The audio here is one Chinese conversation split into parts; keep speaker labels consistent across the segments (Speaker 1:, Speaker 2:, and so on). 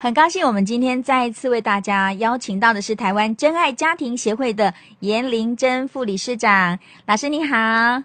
Speaker 1: 很高兴我们今天再一次为大家邀请到的是台湾真爱家庭协会的严玲珍副理事长老师，你好。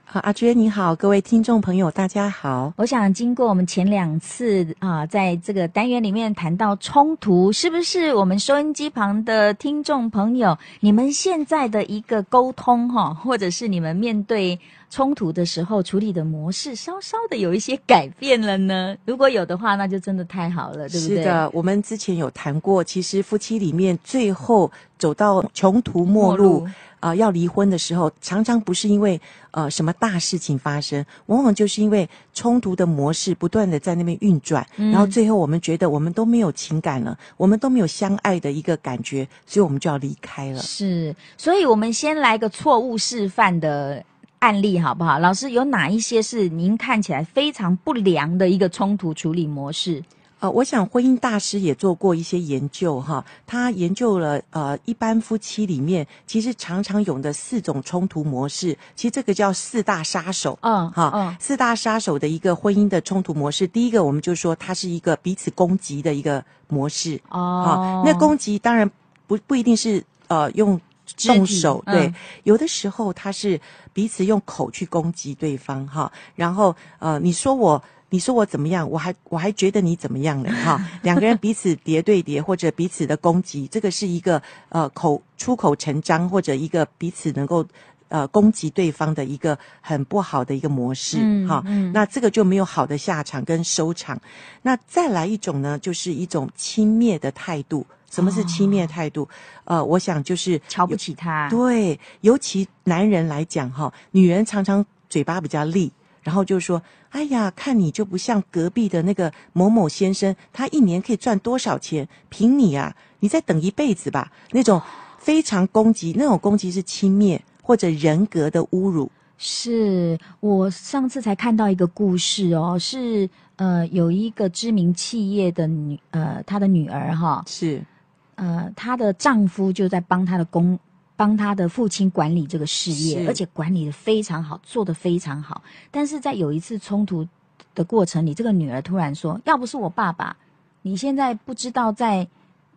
Speaker 2: 好，啊阿娟你好，各位听众朋友大家好。
Speaker 1: 我想经过我们前两次啊、在这个单元里面谈到冲突，是不是我们收音机旁的听众朋友，你们现在的一个沟通哈、或者是你们面对冲突的时候处理的模式，稍稍的有一些改变了呢？如果有的话，那就真的太好了，对不对？
Speaker 2: 是的，我们之前有谈过，其实夫妻里面最后走到穷途末路。啊，要离婚的时候，常常不是因为呃什么大事情发生，往往就是因为冲突的模式不断的在那边运转，
Speaker 1: 嗯
Speaker 2: 然后最后我们觉得我们都没有情感了，我们都没有相爱的一个感觉，所以我们就要离开了。
Speaker 1: 是，所以我们先来个错误示范的案例，好不好？老师，有哪一些是您看起来非常不良的一个冲突处理模式？
Speaker 2: 呃，我想婚姻大师也做过一些研究哈，他研究了呃一般夫妻里面其实常常有的四种冲突模式，其实这个叫四大杀手。
Speaker 1: 嗯，
Speaker 2: 哈、
Speaker 1: 嗯，
Speaker 2: 四大杀手的一个婚姻的冲突模式，第一个我们就说它是一个彼此攻击的一个模式。
Speaker 1: 哦，
Speaker 2: 那攻击当然不不一定是呃用动手，
Speaker 1: 肢体
Speaker 2: 对，
Speaker 1: 嗯
Speaker 2: 有的时候他是彼此用口去攻击对方哈，然后呃你说我。你说我怎么样？我还我还觉得你怎么样呢？ 哈，两个人彼此叠对叠，或者彼此的攻击，这个是一个呃口出口成章，或者一个彼此能够呃攻击对方的一个很不好的一个模式
Speaker 1: 嗯
Speaker 2: 哈。
Speaker 1: 嗯
Speaker 2: 那这个就没有好的下场跟收场。那再来一种呢，就是一种轻蔑的态度。什么是轻蔑态度？呃，我想就是
Speaker 1: 哦瞧不起他，
Speaker 2: 对，尤其男人来讲哈，女人常常嘴巴比较利，然后就说：“哎呀，看你就不像隔壁的那个某某先生，他一年可以赚多少钱？凭你啊，你再等一辈子吧。”
Speaker 1: 哦
Speaker 2: 那种非常攻击，那种攻击是轻蔑或者人格的侮辱。
Speaker 1: 是我上次才看到一个故事哦，是呃有一个知名企业的女呃她的女儿哈，
Speaker 2: 是
Speaker 1: 呃她的丈夫就在帮她的公帮她的父亲管理这个事业，
Speaker 2: 是
Speaker 1: 而且管理的非常好，做的非常好。但是在有一次冲突的过程里，这个女儿突然说：“要不是我爸爸，你现在不知道在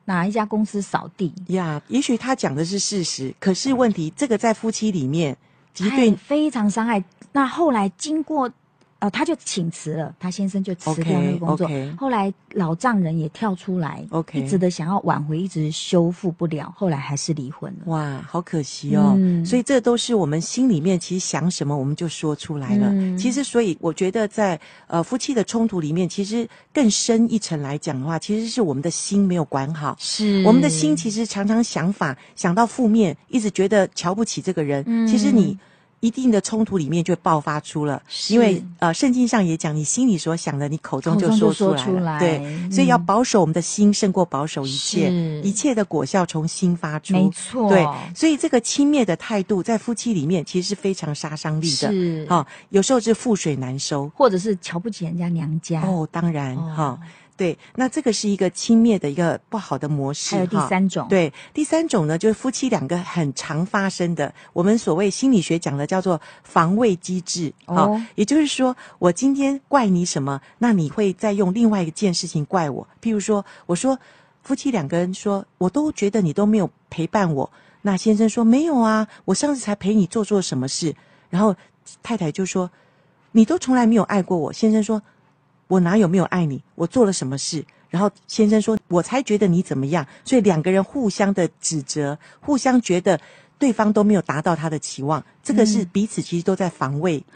Speaker 1: 哪一家公司扫地。”
Speaker 2: 呀，也许他讲的是事实，可是
Speaker 1: 嗯
Speaker 2: 问题这个在夫妻里面，其实
Speaker 1: 哎
Speaker 2: 对，
Speaker 1: 非常伤害。那后来经过，呃，他就请辞了，他先生就辞掉那个工作。
Speaker 2: OK，OK
Speaker 1: 后来老丈人也跳出来
Speaker 2: OK
Speaker 1: 一直的想要挽回，一直修复不了，后来还是离婚了。
Speaker 2: 哇，好可惜哦。
Speaker 1: 嗯
Speaker 2: 所以这都是我们心里面其实想什么，我们就说出来了。
Speaker 1: 嗯
Speaker 2: 其实，所以我觉得在呃夫妻的冲突里面，其实更深一层来讲的话，其实是我们的心没有管好。
Speaker 1: 是
Speaker 2: 我们的心其实常常想法想到负面，一直觉得瞧不起这个人。
Speaker 1: 嗯
Speaker 2: 其实你一定的冲突里面就爆发出了，
Speaker 1: 是
Speaker 2: 因为呃，圣经上也讲，你心里所想的，你口中就
Speaker 1: 口中就
Speaker 2: 说出来了。
Speaker 1: 说出来
Speaker 2: 对，
Speaker 1: 嗯
Speaker 2: 所以要保守我们的心，胜过保守一切，
Speaker 1: 是
Speaker 2: 一切的果效从心发出。
Speaker 1: 没错，
Speaker 2: 对，所以这个轻蔑的态度在夫妻里面其实是非常杀伤力的。
Speaker 1: 是
Speaker 2: 啊、有时候是覆水难收。
Speaker 1: 或者是瞧不起人家娘家。
Speaker 2: 哦，当然
Speaker 1: 哦
Speaker 2: 哈、对，那这个是一个轻蔑的一个不好的模式。
Speaker 1: 还有第
Speaker 2: 哈
Speaker 1: 三种，，
Speaker 2: 对，第三种呢，就是夫妻两个很常发生的，我们所谓心理学讲的叫做防卫机制啊、
Speaker 1: 哦
Speaker 2: 也就是说，我今天怪你什么，那你会再用另外一件事情怪我。譬如说，我说夫妻两个人说，我都觉得你都没有陪伴我，那先生说没有啊，我上次才陪你做做什么事，然后太太就说你都从来没有爱过我。先生说，我哪有没有爱你？我做了什么事？然后先生说，我才觉得你怎么样。所以两个人互相的指责，互相觉得对方都没有达到他的期望，这个
Speaker 1: 嗯
Speaker 2: 是彼此其实都在防卫。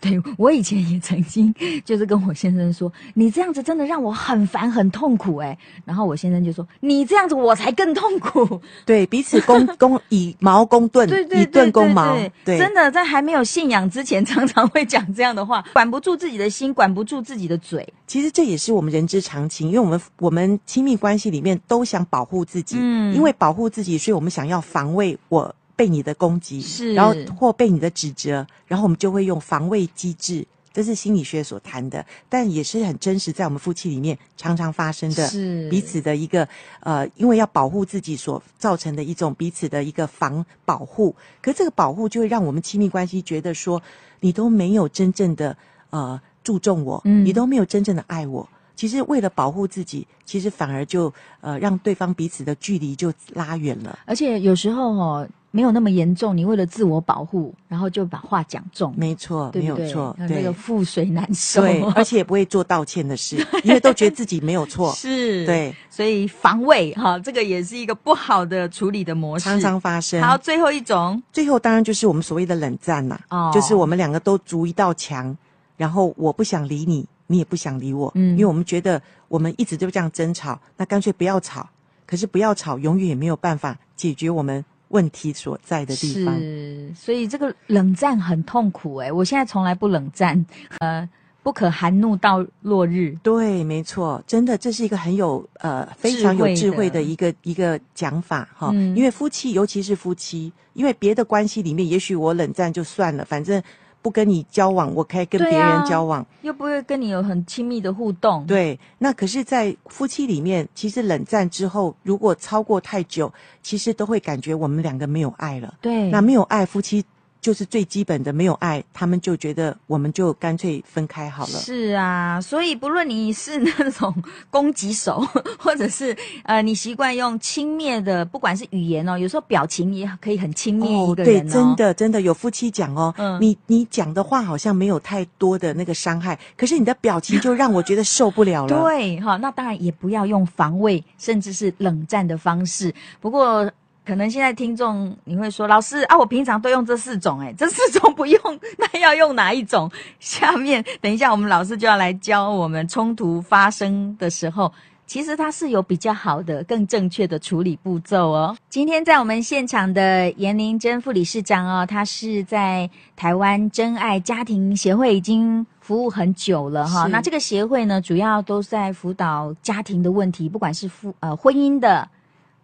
Speaker 1: 对我以前也曾经就是跟我先生说，你这样子真的让我很烦很痛苦哎、然后我先生就说，你这样子我才更痛苦。
Speaker 2: 对，彼此攻攻以矛攻盾，
Speaker 1: 对对
Speaker 2: 以盾攻矛
Speaker 1: 对
Speaker 2: 对，
Speaker 1: 对，真的在还没有信仰之前，常常会讲这样的话，管不住自己的心，管不住自己的嘴，
Speaker 2: 其实这也是我们人之常情，因为我们我们亲密关系里面都想保护自己，
Speaker 1: 嗯
Speaker 2: 因为保护自己，所以我们想要防卫我被你的攻击，
Speaker 1: 是
Speaker 2: 然后或被你的指责，然后我们就会用防卫机制这是心理学所谈的，但也是很真实，在我们夫妻里面常常发生的，
Speaker 1: 是
Speaker 2: 彼此的一个呃，因为要保护自己所造成的一种彼此的一个防保护，可这个保护就会让我们亲密关系觉得说，你都没有真正的呃注重我，
Speaker 1: 嗯
Speaker 2: 你都没有真正的爱我。其实为了保护自己，其实反而就呃让对方彼此的距离就拉远了。
Speaker 1: 而且有时候哦，没有那么严重，你为了自我保护，然后就把话讲重，
Speaker 2: 没错，
Speaker 1: 对不
Speaker 2: 没
Speaker 1: 对？
Speaker 2: 有错，
Speaker 1: 让这
Speaker 2: 对
Speaker 1: 个覆水难收。。
Speaker 2: 对，而且也不会做道歉的事，因为都觉得自己没有错
Speaker 1: 是，
Speaker 2: 对，
Speaker 1: 所以防卫哈，这个也是一个不好的处理的模式。
Speaker 2: 常啊常发生。
Speaker 1: 好，最后一种
Speaker 2: 最后当然就是我们所谓的冷战啦、
Speaker 1: 哦
Speaker 2: 就是我们两个都筑一道墙，然后我不想理你，你也不想理我，
Speaker 1: 嗯
Speaker 2: 因为我们觉得我们一直都这样争吵，那干脆不要吵。可是不要吵，永远也没有办法解决我们问题所在的地方。
Speaker 1: 是，所以这个冷战很痛苦哎、我现在从来不冷战，呃，不可含怒到落日。
Speaker 2: 对，没错，真的，这是一个很有呃非常有智慧的一个一个讲法哈、
Speaker 1: 嗯
Speaker 2: 因为夫妻，尤其是夫妻，因为别的关系里面，也许我冷战就算了，反正不跟你交往，我可以跟
Speaker 1: 对
Speaker 2: 别
Speaker 1: 啊
Speaker 2: 人交往。
Speaker 1: 又不会跟你有很亲密的互动，，
Speaker 2: 对，那可是，在夫妻里面，其实冷战之后，如果超过太久，其实都会感觉我们两个没有爱了。
Speaker 1: 对，
Speaker 2: 那没有爱，夫妻就是最基本的没有爱，他们就觉得我们就干脆分开好了。
Speaker 1: 是啊，所以不论你是那种攻击手，或者是呃，你习惯用轻蔑的，不管是语言哦，有时候表情也可以很轻蔑一个
Speaker 2: 对，
Speaker 1: 人哦。
Speaker 2: 真的真的有夫妻讲哦，
Speaker 1: 嗯
Speaker 2: 你你讲的话好像没有太多的那个伤害，可是你的表情就让我觉得受不了了。
Speaker 1: 对，哈，那当然也不要用防卫甚至是冷战的方式。不过，可能现在听众你会说，老师啊，我平常都用这四种、哎，这四种不用， 那要用哪一种？ 下面等一下，我们老师就要来教我们冲突发生的时候。其实它是有比较好的、更正确的处理步骤哦。今天在我们现场的严玲珍副理事长哦，她是在台湾真爱家庭协会已经服务很久了哈。
Speaker 2: 是
Speaker 1: 那这个协会呢，主要都在辅导家庭的问题，不管是夫呃婚姻的、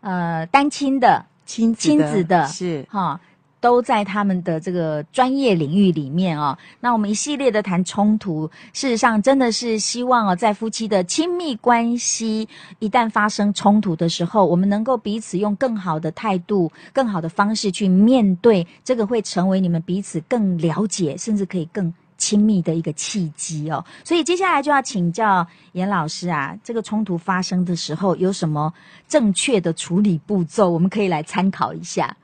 Speaker 1: 呃单亲的
Speaker 2: 亲子
Speaker 1: 亲子的
Speaker 2: 是
Speaker 1: 哈、都在他们的这个专业领域里面哦。那我们一系列的谈冲突，事实上真的是希望哦，在夫妻的亲密关系一旦发生冲突的时候，我们能够彼此用更好的态度、更好的方式去面对，这个会成为你们彼此更了解，甚至可以更。亲密的一个契机哦，所以接下来就要请教严老师啊，这个冲突发生的时候有什么正确的处理步骤，我们可以来参考一下。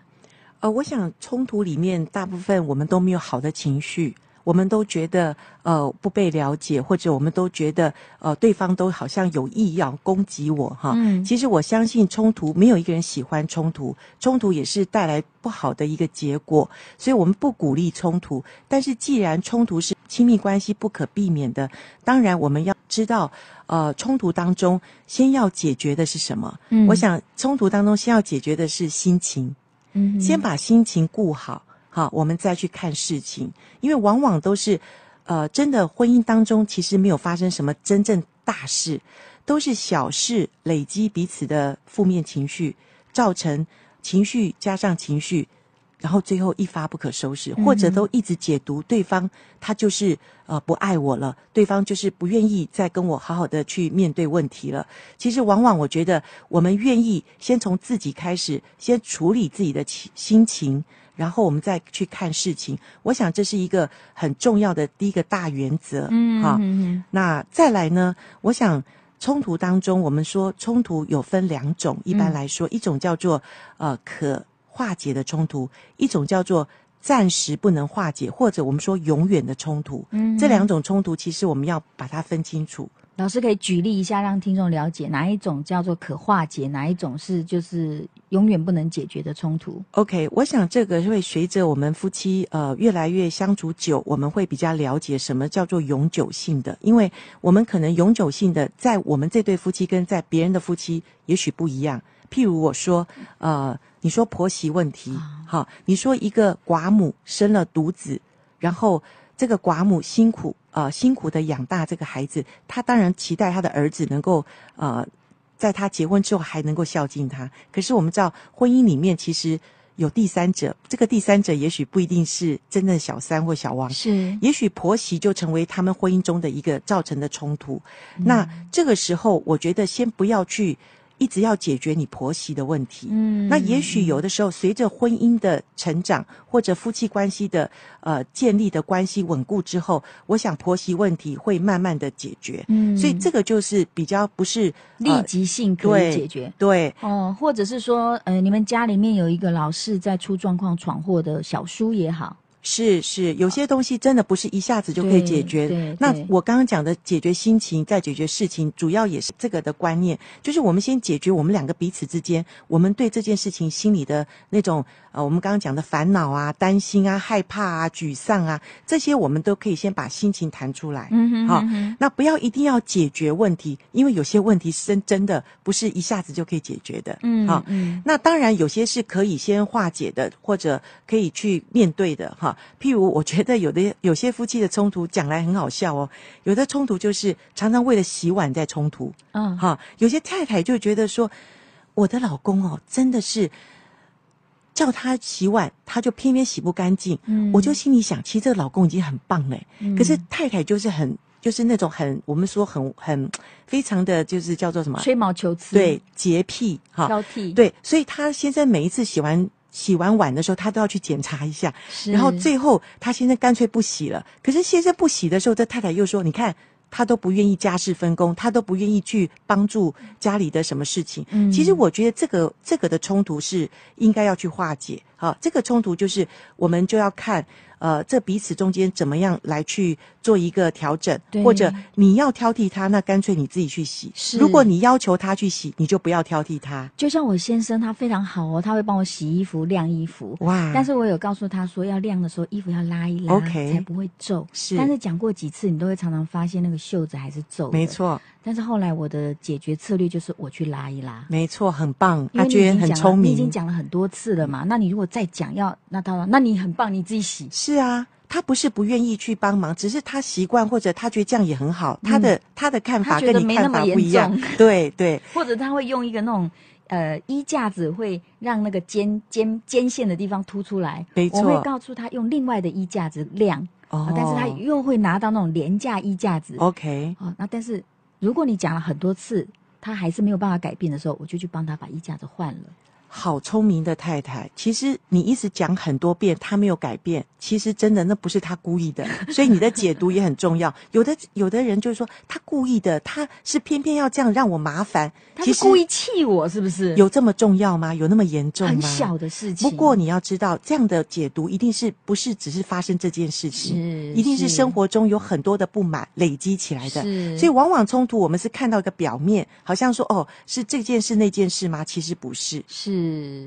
Speaker 2: 呃，我想冲突里面大部分我们都没有好的情绪，我们都觉得呃不被了解，或者我们都觉得呃对方都好像有意要攻击我哈。
Speaker 1: 嗯
Speaker 2: 其实我相信冲突没有一个人喜欢冲突，冲突也是带来不好的一个结果，所以我们不鼓励冲突。但是既然冲突是亲密关系不可避免的，当然我们要知道，呃，冲突当中先要解决的是什么？
Speaker 1: 嗯
Speaker 2: 我想冲突当中先要解决的是心情。
Speaker 1: 嗯
Speaker 2: 先把心情顾好，好，我们再去看事情，因为往往都是，呃，真的婚姻当中其实没有发生什么真正大事，都是小事累积彼此的负面情绪，造成情绪加上情绪，然后最后一发不可收拾，或者都一直解读对方他就是呃不爱我了，对方就是不愿意再跟我好好的去面对问题了。其实往往我觉得，我们愿意先从自己开始，先处理自己的情心情，然后我们再去看事情。我想这是一个很重要的第一个大原则。
Speaker 1: 嗯
Speaker 2: 哈，
Speaker 1: 嗯
Speaker 2: 那再来呢？我想冲突当中，我们说冲突有分两种，一般来说，一种叫做呃可化解的冲突，一种叫做暂时不能化解，或者我们说永远的冲突。
Speaker 1: 嗯
Speaker 2: 这两种冲突，其实我们要把它分清楚。
Speaker 1: 老师可以举例一下，让听众了解哪一种叫做可化解，哪一种是就是永远不能解决的冲突。
Speaker 2: OK，我想这个会随着我们夫妻呃越来越相处久，我们会比较了解什么叫做永久性的，因为我们可能永久性的在我们这对夫妻跟在别人的夫妻也许不一样。譬如我说，呃，你说婆媳问题，好，你说一个寡母生了独子，然后这个寡母辛苦呃辛苦的养大这个孩子，她当然期待她的儿子能够呃在他结婚之后还能够孝敬他。可是我们知道，婚姻里面其实有第三者，这个第三者也许不一定是真正的小三或小王，
Speaker 1: 是
Speaker 2: 也许婆媳就成为他们婚姻中的一个造成的冲突。
Speaker 1: 嗯
Speaker 2: 那这个时候，我觉得先不要去一直要解决你婆媳的问题。
Speaker 1: 嗯
Speaker 2: 那也许有的时候，随着婚姻的成长或者夫妻关系的呃建立的关系稳固之后，我想婆媳问题会慢慢的解决。
Speaker 1: 嗯
Speaker 2: 所以这个就是比较不是
Speaker 1: 立
Speaker 2: 呃
Speaker 1: 即性可以
Speaker 2: 对
Speaker 1: 解决。
Speaker 2: 对
Speaker 1: 哦，或者是说，呃，你们家里面有一个老是在出状况、闯祸的小叔也好，
Speaker 2: 是是，有些东西真的不是一下子就可以解决。
Speaker 1: 对对
Speaker 2: 那
Speaker 1: 对
Speaker 2: 我刚刚讲的解决心情，再解决事情，主要也是这个的观念，就是我们先解决我们两个彼此之间，我们对这件事情心里的那种呃，我们刚刚讲的烦恼啊、担心啊、害怕啊、沮丧啊，这些我们都可以先把心情谈出来。
Speaker 1: 嗯哼
Speaker 2: 好
Speaker 1: 嗯哼
Speaker 2: 那不要一定要解决问题，因为有些问题是真真的不是一下子就可以解决的。
Speaker 1: 嗯，
Speaker 2: 好
Speaker 1: 嗯，
Speaker 2: 那当然，有些是可以先化解的，或者可以去面对的哈。譬如，我觉得有的有些夫妻的冲突讲来很好笑哦，有的冲突就是常常为了洗碗在冲突
Speaker 1: 嗯，
Speaker 2: 哈。有些太太就觉得说，我的老公哦，真的是叫他洗碗，他就偏偏洗不干净。
Speaker 1: 嗯
Speaker 2: 我就心里想，其实这个老公已经很棒嘞，
Speaker 1: 嗯
Speaker 2: 可是太太就是很。就是那种很，我们说很很非常的就是叫做什么？
Speaker 1: 吹毛求疵，
Speaker 2: 对，，洁癖哈，
Speaker 1: 挑剔，，
Speaker 2: 对，所以他先生每一次洗完洗完碗的时候，他都要去检查一下，然
Speaker 1: 嗯
Speaker 2: 后最后他先生干脆不洗了。可是先生不洗的时候，这太太又说：“你看。”他都不愿意家事分工，他都不愿意去帮助家里的什么事情。
Speaker 1: 嗯
Speaker 2: 其实我觉得这个这个的冲突是应该要去化解。好、这个冲突就是我们就要看，呃，这彼此中间怎么样来去做一个调整，
Speaker 1: 对
Speaker 2: 或者你要挑剔他，那干脆你自己去洗。
Speaker 1: 是
Speaker 2: 如果你要求他去洗，你就不要挑剔他。
Speaker 1: 就像我先生他非常好哦，他会帮我洗衣服、晾衣服。
Speaker 2: 哇！
Speaker 1: 但是我有告诉他说，要晾的时候衣服要拉一拉
Speaker 2: OK
Speaker 1: 才不会皱。
Speaker 2: 是
Speaker 1: 但是讲过几次，你都会常常发现那个袖子还是皱。
Speaker 2: 没。错，
Speaker 1: 但是后来我的解决策略就是我去拉一拉。
Speaker 2: 没错，很棒，
Speaker 1: 因为
Speaker 2: 阿
Speaker 1: 你已
Speaker 2: 娟
Speaker 1: 经
Speaker 2: 很
Speaker 1: 讲
Speaker 2: 聪
Speaker 1: 了，你已
Speaker 2: 明
Speaker 1: 经。讲了很多次了嘛。那你如果再讲要，那当然，那你很棒，你自己洗。
Speaker 2: 是啊，他不是不愿意去帮忙，只是他习惯或者他觉得这样也很好，他的嗯他的看
Speaker 1: 他
Speaker 2: 法
Speaker 1: 觉
Speaker 2: 跟
Speaker 1: 得
Speaker 2: 你
Speaker 1: 没
Speaker 2: 看
Speaker 1: 那么
Speaker 2: 法
Speaker 1: 严
Speaker 2: 不一样
Speaker 1: 重。
Speaker 2: 对对，
Speaker 1: 或者他会用一个那种呃衣架子，会让那个肩肩肩线的地方凸出来。
Speaker 2: 没
Speaker 1: 我会
Speaker 2: 错
Speaker 1: 告诉他用另外的衣架子晾，
Speaker 2: 哦
Speaker 1: 但是他又会拿到那种廉价衣架子。
Speaker 2: OK
Speaker 1: 哦，那但是如果你讲了很多次，他还是没有办法改变的时候，我就去帮他把衣架子换了。
Speaker 2: 好聪明的太太，其实你一直讲很多遍，她没有改变，其实真的那不是她故意 的，所以你的解读也很重要。有的有的人就是说他故意的，他是偏偏要这样让我麻烦，
Speaker 1: 他
Speaker 2: 其
Speaker 1: 是
Speaker 2: 实
Speaker 1: 故意气我，是不是？
Speaker 2: 有这么重要吗？有那么严重吗？
Speaker 1: 很小的事情。
Speaker 2: 不过你要知道，这样的解读一定是不是只是发生这件事情，
Speaker 1: 是
Speaker 2: 一定是生活中有很多的不满累积起来的。
Speaker 1: 是，
Speaker 2: 所以往往冲突，我们是看到一个表面，好像说哦是这件事那件事吗？其实不是。
Speaker 1: 是，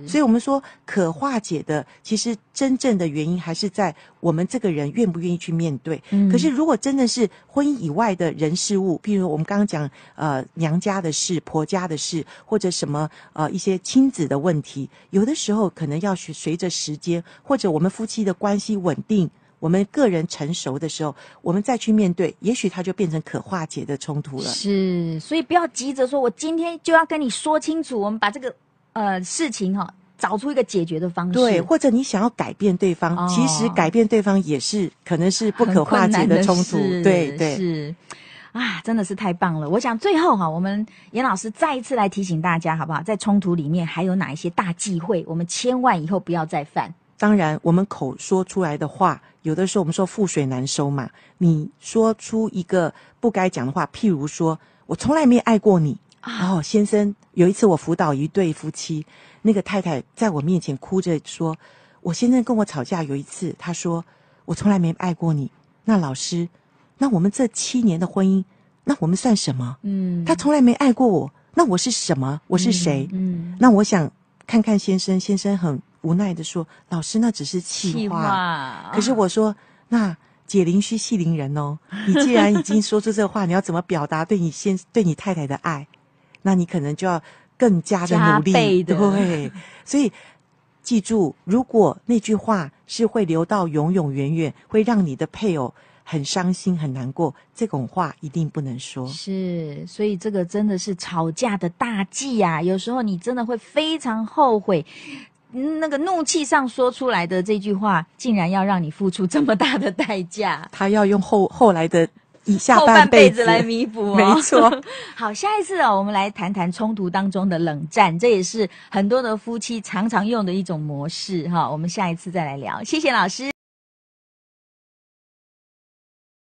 Speaker 2: 所以我们说可化解的，其实真正的原因还是在我们这个人愿不愿意去面对。
Speaker 1: 嗯
Speaker 2: 可是如果真的是婚姻以外的人事物，譬如我们刚刚讲呃娘家的事、婆家的事，或者什么呃一些亲子的问题，有的时候可能要随随着时间，或者我们夫妻的关系稳定。我们个人成熟的时候，我们再去面对，也许它就变成可化解的冲突了。
Speaker 1: 是，所以不要急着说，我今天就要跟你说清楚，我们把这个呃事情哈、找出一个解决的方式。
Speaker 2: 对，或者你想要改变对方，
Speaker 1: 哦
Speaker 2: 其实改变对方也是可能是不
Speaker 1: 很
Speaker 2: 可化
Speaker 1: 困
Speaker 2: 解
Speaker 1: 难
Speaker 2: 的
Speaker 1: 的
Speaker 2: 冲突
Speaker 1: 事。
Speaker 2: 对对，
Speaker 1: 是。啊，真的是太棒了！我想最后哈、我们严老师再一次来提醒大家，好不好？在冲突里面还有哪一些大忌讳，我们千万以后不要再犯。
Speaker 2: 当然我们口说出来的话，有的时候我们说覆水难收嘛。你说出一个不该讲的话，譬如说我从来没爱过你。然
Speaker 1: 啊
Speaker 2: 后先生有一次我辅导一对夫妻，那个太太在我面前哭着说，我先生跟我吵架有一次，他说我从来没爱过你。那老师，那我们这七年的婚姻，那我们算什么？
Speaker 1: 嗯，
Speaker 2: 他从来没爱过我，那我是什么？我是谁？
Speaker 1: 嗯，
Speaker 2: 那我想看看先生，先生很无奈的说：“老师，那只是气话。
Speaker 1: 话
Speaker 2: 可是我说：“那解铃须系铃人哦，你既然已经说出这话，你要怎么表达对你先对你太太的爱？那你可能就要更加的努
Speaker 1: 加倍
Speaker 2: 力，
Speaker 1: 的
Speaker 2: 对。所以记住，如果那句话是会留到永永远远，会让你的配偶很伤心很难过，这种话一定不能说。
Speaker 1: 是，所以这啊个真的是吵架的大忌呀、有时候你真的会非常后悔。嗯那个怒气上说出来的这句话，竟然要让你付出这么大的代价，
Speaker 2: 他要用后后来的以下
Speaker 1: 后半辈
Speaker 2: 子
Speaker 1: 来弥补、哦。
Speaker 2: 没错，
Speaker 1: 好，下一次哦，我们来谈谈冲突当中的冷战，这也是很多的夫妻常常用的一种模式哈、我们下一次再来聊，谢谢老师。